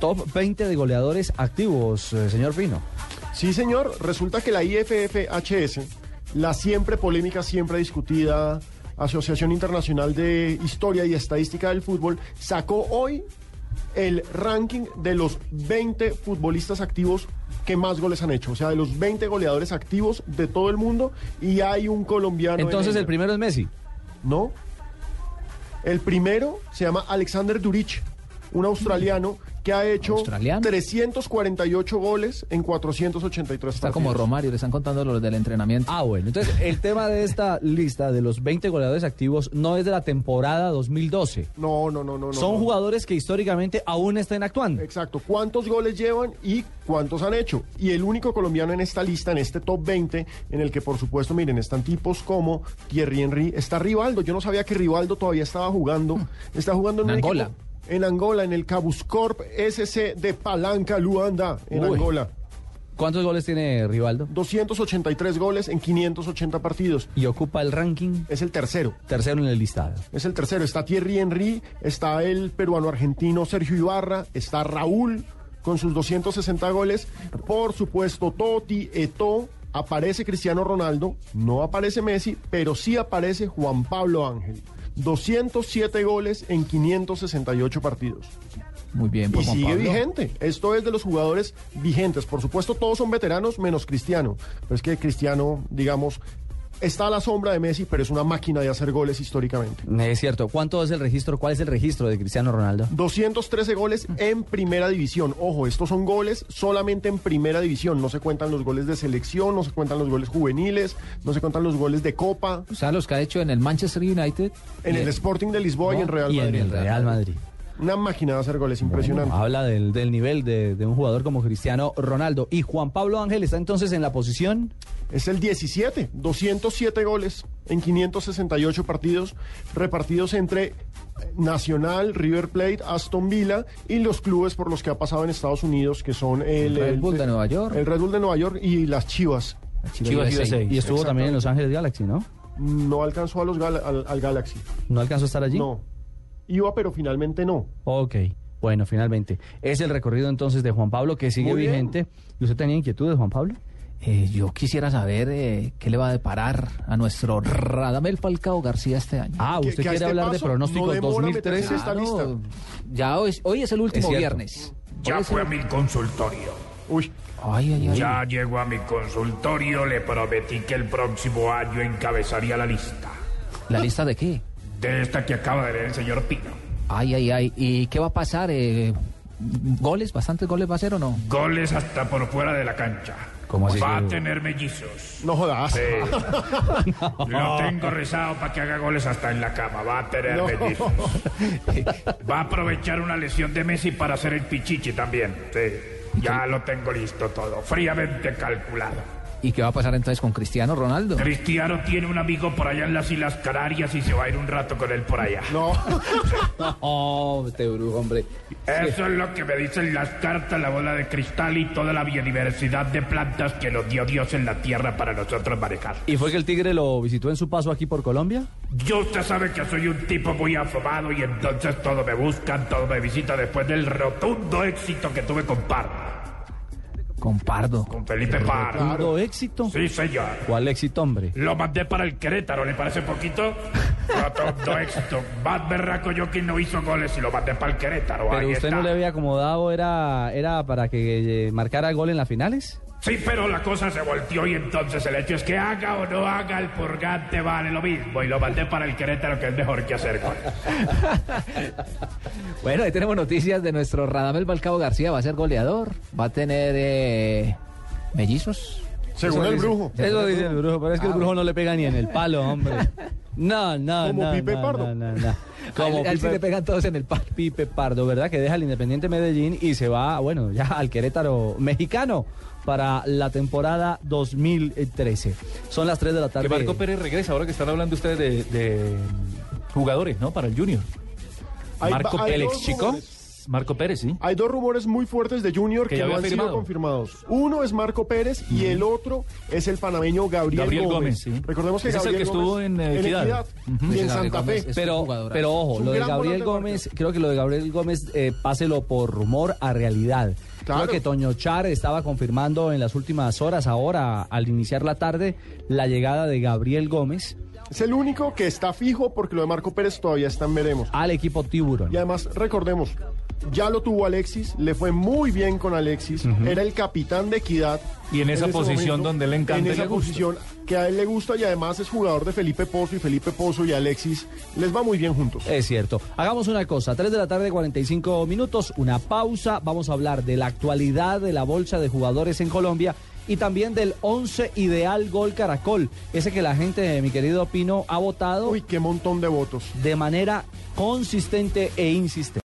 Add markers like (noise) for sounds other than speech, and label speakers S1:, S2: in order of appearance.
S1: top 20 de goleadores activos, eh, señor Pino.
S2: Sí, señor. Resulta que la IFFHS, la siempre polémica, siempre discutida Asociación Internacional de Historia y Estadística del Fútbol, sacó hoy el ranking de los 20 futbolistas activos que más goles han hecho. O sea, de los 20 goleadores activos de todo el mundo y hay un colombiano. en
S1: Entonces el
S2: ello.
S1: primero es Messi.
S2: No. El primero se llama Alexander Durich, un australiano que ha hecho
S3: ¿Australiano?
S2: 348 goles en 483
S3: Está como
S2: partidos.
S3: Romario, le están contando los del entrenamiento.
S1: Ah, bueno. Entonces el tema de esta lista de los 20 goleadores activos no es de la temporada 2012.
S2: No, no, no, no. no,
S1: Son
S2: no.
S1: jugadores que históricamente aún están actuando.
S2: Exacto. ¿Cuántos goles llevan y cuántos han hecho? Y el único colombiano en esta lista, en este top 20, en el que por supuesto, miren, están tipos como Thierry Henry, está Rivaldo. Yo no sabía que Rivaldo todavía estaba jugando. Está jugando en,
S3: En
S2: un
S3: Hmm. Angola.
S2: equipo- en Angola, en el Cabuscorp SC de Palanca, Luanda, en
S1: Uy.
S2: Angola.
S1: ¿Cuántos goles tiene Rivaldo?
S2: 283 goles en 580 partidos.
S1: Y ocupa el ranking
S2: Es el tercero.
S1: tercero en el listado.
S2: Es el tercero. Está Thierry Henry, está el peruano-argentino Sergio Ibarra, está Raúl con sus 260 goles. Por supuesto, Totti, Eto. Aparece Cristiano Ronaldo, no aparece Messi, pero sí aparece Juan Pablo Ángel. 207 goles en 568 partidos.
S3: Muy bien,
S1: pues,
S3: por
S2: Y
S3: Juan
S2: sigue
S3: Pablo.
S2: vigente. Esto es de los jugadores vigentes. Por supuesto, todos son veteranos menos Cristiano. Pero es que Cristiano, digamos, está a la sombra de Messi, pero es una máquina de hacer goles históricamente.
S1: Es cierto. ¿Cuánto es el registro? ¿Cuál es el registro de Cristiano Ronaldo?
S2: 213 goles en primera división. Ojo, estos son goles solamente en primera división. No se cuentan los goles de selección, no se cuentan los goles juveniles, no se cuentan los goles de Copa,
S3: O sea, los que ha hecho en el Manchester United.
S2: en
S3: y
S2: el Sporting de Lisboa y en Real
S1: y en
S2: Madrid.
S1: el Real Madrid.
S2: Una máquina de hacer goles impresionante.
S1: Bueno, habla del, del nivel de, de un jugador como Cristiano Ronaldo. Y Juan Pablo Ángel está entonces en la posición.
S2: Es el 17, 207 goles en 568 partidos repartidos entre eh, Nacional, River Plate, Aston Villa y los clubes por los que ha pasado en Estados Unidos, que son el,
S3: El Red Bull de Nueva York.
S2: el Red Bull de Nueva York y las Chivas.
S3: Chivas USA.
S1: Y estuvo
S2: Exacto.
S1: también en Los Ángeles Galaxy, ¿no?
S2: No alcanzó a los gal- al, al Galaxy.
S1: ¿No alcanzó a estar allí?
S2: No. Iba, pero finalmente no.
S1: Ok. Bueno, finalmente. Es el recorrido entonces de Juan Pablo que sigue
S2: Muy bien.
S1: vigente. ¿Y usted tenía inquietudes, Juan Pablo?
S3: Eh, yo quisiera saber eh, qué le va a deparar a nuestro Radamel Falcao García este año.
S1: Ah,
S2: Que-
S1: usted
S2: que a
S1: quiere
S2: este
S1: hablar de
S2: paso
S1: pronósticos
S2: no demora
S1: 2013.
S2: meterse esta lista.
S3: Ya hoy, hoy es el último
S1: cierto.
S3: viernes.
S4: Ya fue a mi consultorio.
S2: Uy,
S3: Ay, ay, ay.
S4: Ya llegó a mi consultorio, le prometí que el próximo año encabezaría la lista.
S3: ¿La lista de qué?
S4: De esta que acaba de leer el señor Pino.
S3: Ay, ay, ay. ¿Y qué va a pasar? Eh, ¿Goles? ¿Bastantes goles va a ser o no?
S4: Goles hasta por fuera de la cancha.
S1: ¿Cómo así?
S4: Va a
S1: (laughs)
S4: tener mellizos.
S2: no jodas.
S4: Sí. Lo tengo rezado para que haga goles hasta en la cama. Va a tener
S2: No.
S4: mellizos. Va a aprovechar una lesión de Messi para hacer el pichichi también. Sí. Ya lo tengo listo todo, fríamente calculado.
S3: ¿Y qué va a pasar entonces con Cristiano Ronaldo?
S4: Cristiano tiene un amigo por allá en las Islas Canarias y se va a ir un rato con él por allá.
S2: No.
S3: (laughs) Oh, este brujo, hombre.
S4: Eso es lo que me dicen las cartas, la bola de cristal y toda la biodiversidad de plantas que nos dio Dios en la tierra para nosotros manejar.
S1: ¿Y fue que el Tigre lo visitó en su paso aquí por Colombia?
S4: Yo usted sabe que soy un tipo muy afamado y entonces todo me buscan, todo me visita después del rotundo éxito que tuve con Parra,
S3: Con Pardo.
S4: con Felipe Parra.
S1: ¿Todo éxito?
S4: Sí, señor.
S1: ¿Cuál éxito, hombre?
S4: Lo mandé para el Querétaro, ¿le parece poquito?
S1: (laughs)
S4: Rotondo éxito. Más berraco yo que no hizo goles y lo mandé para el Querétaro.
S1: Pero
S4: Ahí
S1: usted
S4: está.
S1: no le había acomodado, era, era para que eh, marcara gol en las finales.
S4: Sí, pero la cosa se volteó y entonces el hecho es que haga o no haga el purgante vale lo mismo. Y lo mandé para el Querétaro, que es mejor que hacer goles.
S3: Bueno, ahí tenemos noticias de nuestro Radamel Falcao García. Va a ser goleador. Va a tener eh, mellizos.
S2: Según el
S1: dice-
S2: brujo.
S3: Eh,
S1: Eso dice el brujo, pero es que el
S3: Ah,
S1: brujo no le pega ni en el palo, hombre. No, no,
S2: Como
S1: no.
S2: Pipe
S1: no,
S2: Pardo.
S1: No, no, (laughs) no.
S3: Como
S1: Como
S3: él, sí
S1: Pipe-
S3: le pegan todos en el palo.
S1: Pipe Pardo, ¿verdad? Que deja el Independiente Medellín y se va, bueno, ya al Querétaro mexicano para la temporada 2013. Son las 3 de la tarde.
S5: Que Marco Pérez regresa ahora que están hablando ustedes de, de jugadores, ¿no? Para el Junior.
S2: Hay-
S5: Marco
S2: hay
S5: Pérez,
S2: dos
S5: chico.
S2: rumores.
S5: Pérez, Marco Pérez, ¿sí?
S2: Hay dos rumores muy fuertes de Junior
S5: Que
S2: que,
S5: ya
S2: no
S5: había
S2: han sido
S5: firmado.
S2: confirmados. Uno es Marco Pérez y el otro es el panameño Gabriel,
S5: Gabriel
S2: Gómez.
S5: Gómez, sí.
S2: Recordemos que
S5: Ese es el
S2: Gabriel
S5: que estuvo
S2: Gómez-
S5: en, eh, Equidad. Ujú.
S2: y
S3: Ese
S2: en
S3: Gabriel
S2: Santa
S3: Gómez
S2: Fe.
S3: es- un
S1: Pero,
S3: jugadorazo.
S1: pero
S2: Es
S1: ojo,
S2: un
S1: lo de
S2: gran
S1: Gabriel
S2: volante, Marco.
S1: Gómez, creo que lo de Gabriel Gómez, eh, páselo por rumor a realidad.
S2: Claro.
S1: Creo que Toño Char estaba confirmando en las últimas horas, ahora, al iniciar la tarde, la llegada de Gabriel Gómez
S2: Es el único que está fijo porque lo de Marco Pérez todavía está en veremos.
S1: al equipo Tiburón.
S2: Y además, recordemos, ya lo tuvo Alexis, le fue muy bien con Alexis, era el capitán de Equidad.
S5: Y en esa
S2: ese
S5: posición donde le encanta
S2: En
S5: y
S2: esa
S5: le gusta.
S2: posición que a él le gusta y además es jugador de Felipe Pozo y Felipe Pozo y Alexis les va muy bien juntos.
S1: Es cierto. Hagamos una cosa, 3 de la tarde, 45 minutos, una pausa, vamos a hablar de la actualidad de la bolsa de jugadores en Colombia y también del 11 ideal gol Caracol, ese que la gente, mi querido Pino, ha votado
S2: Uy, qué montón de votos.
S1: de manera consistente e insistente.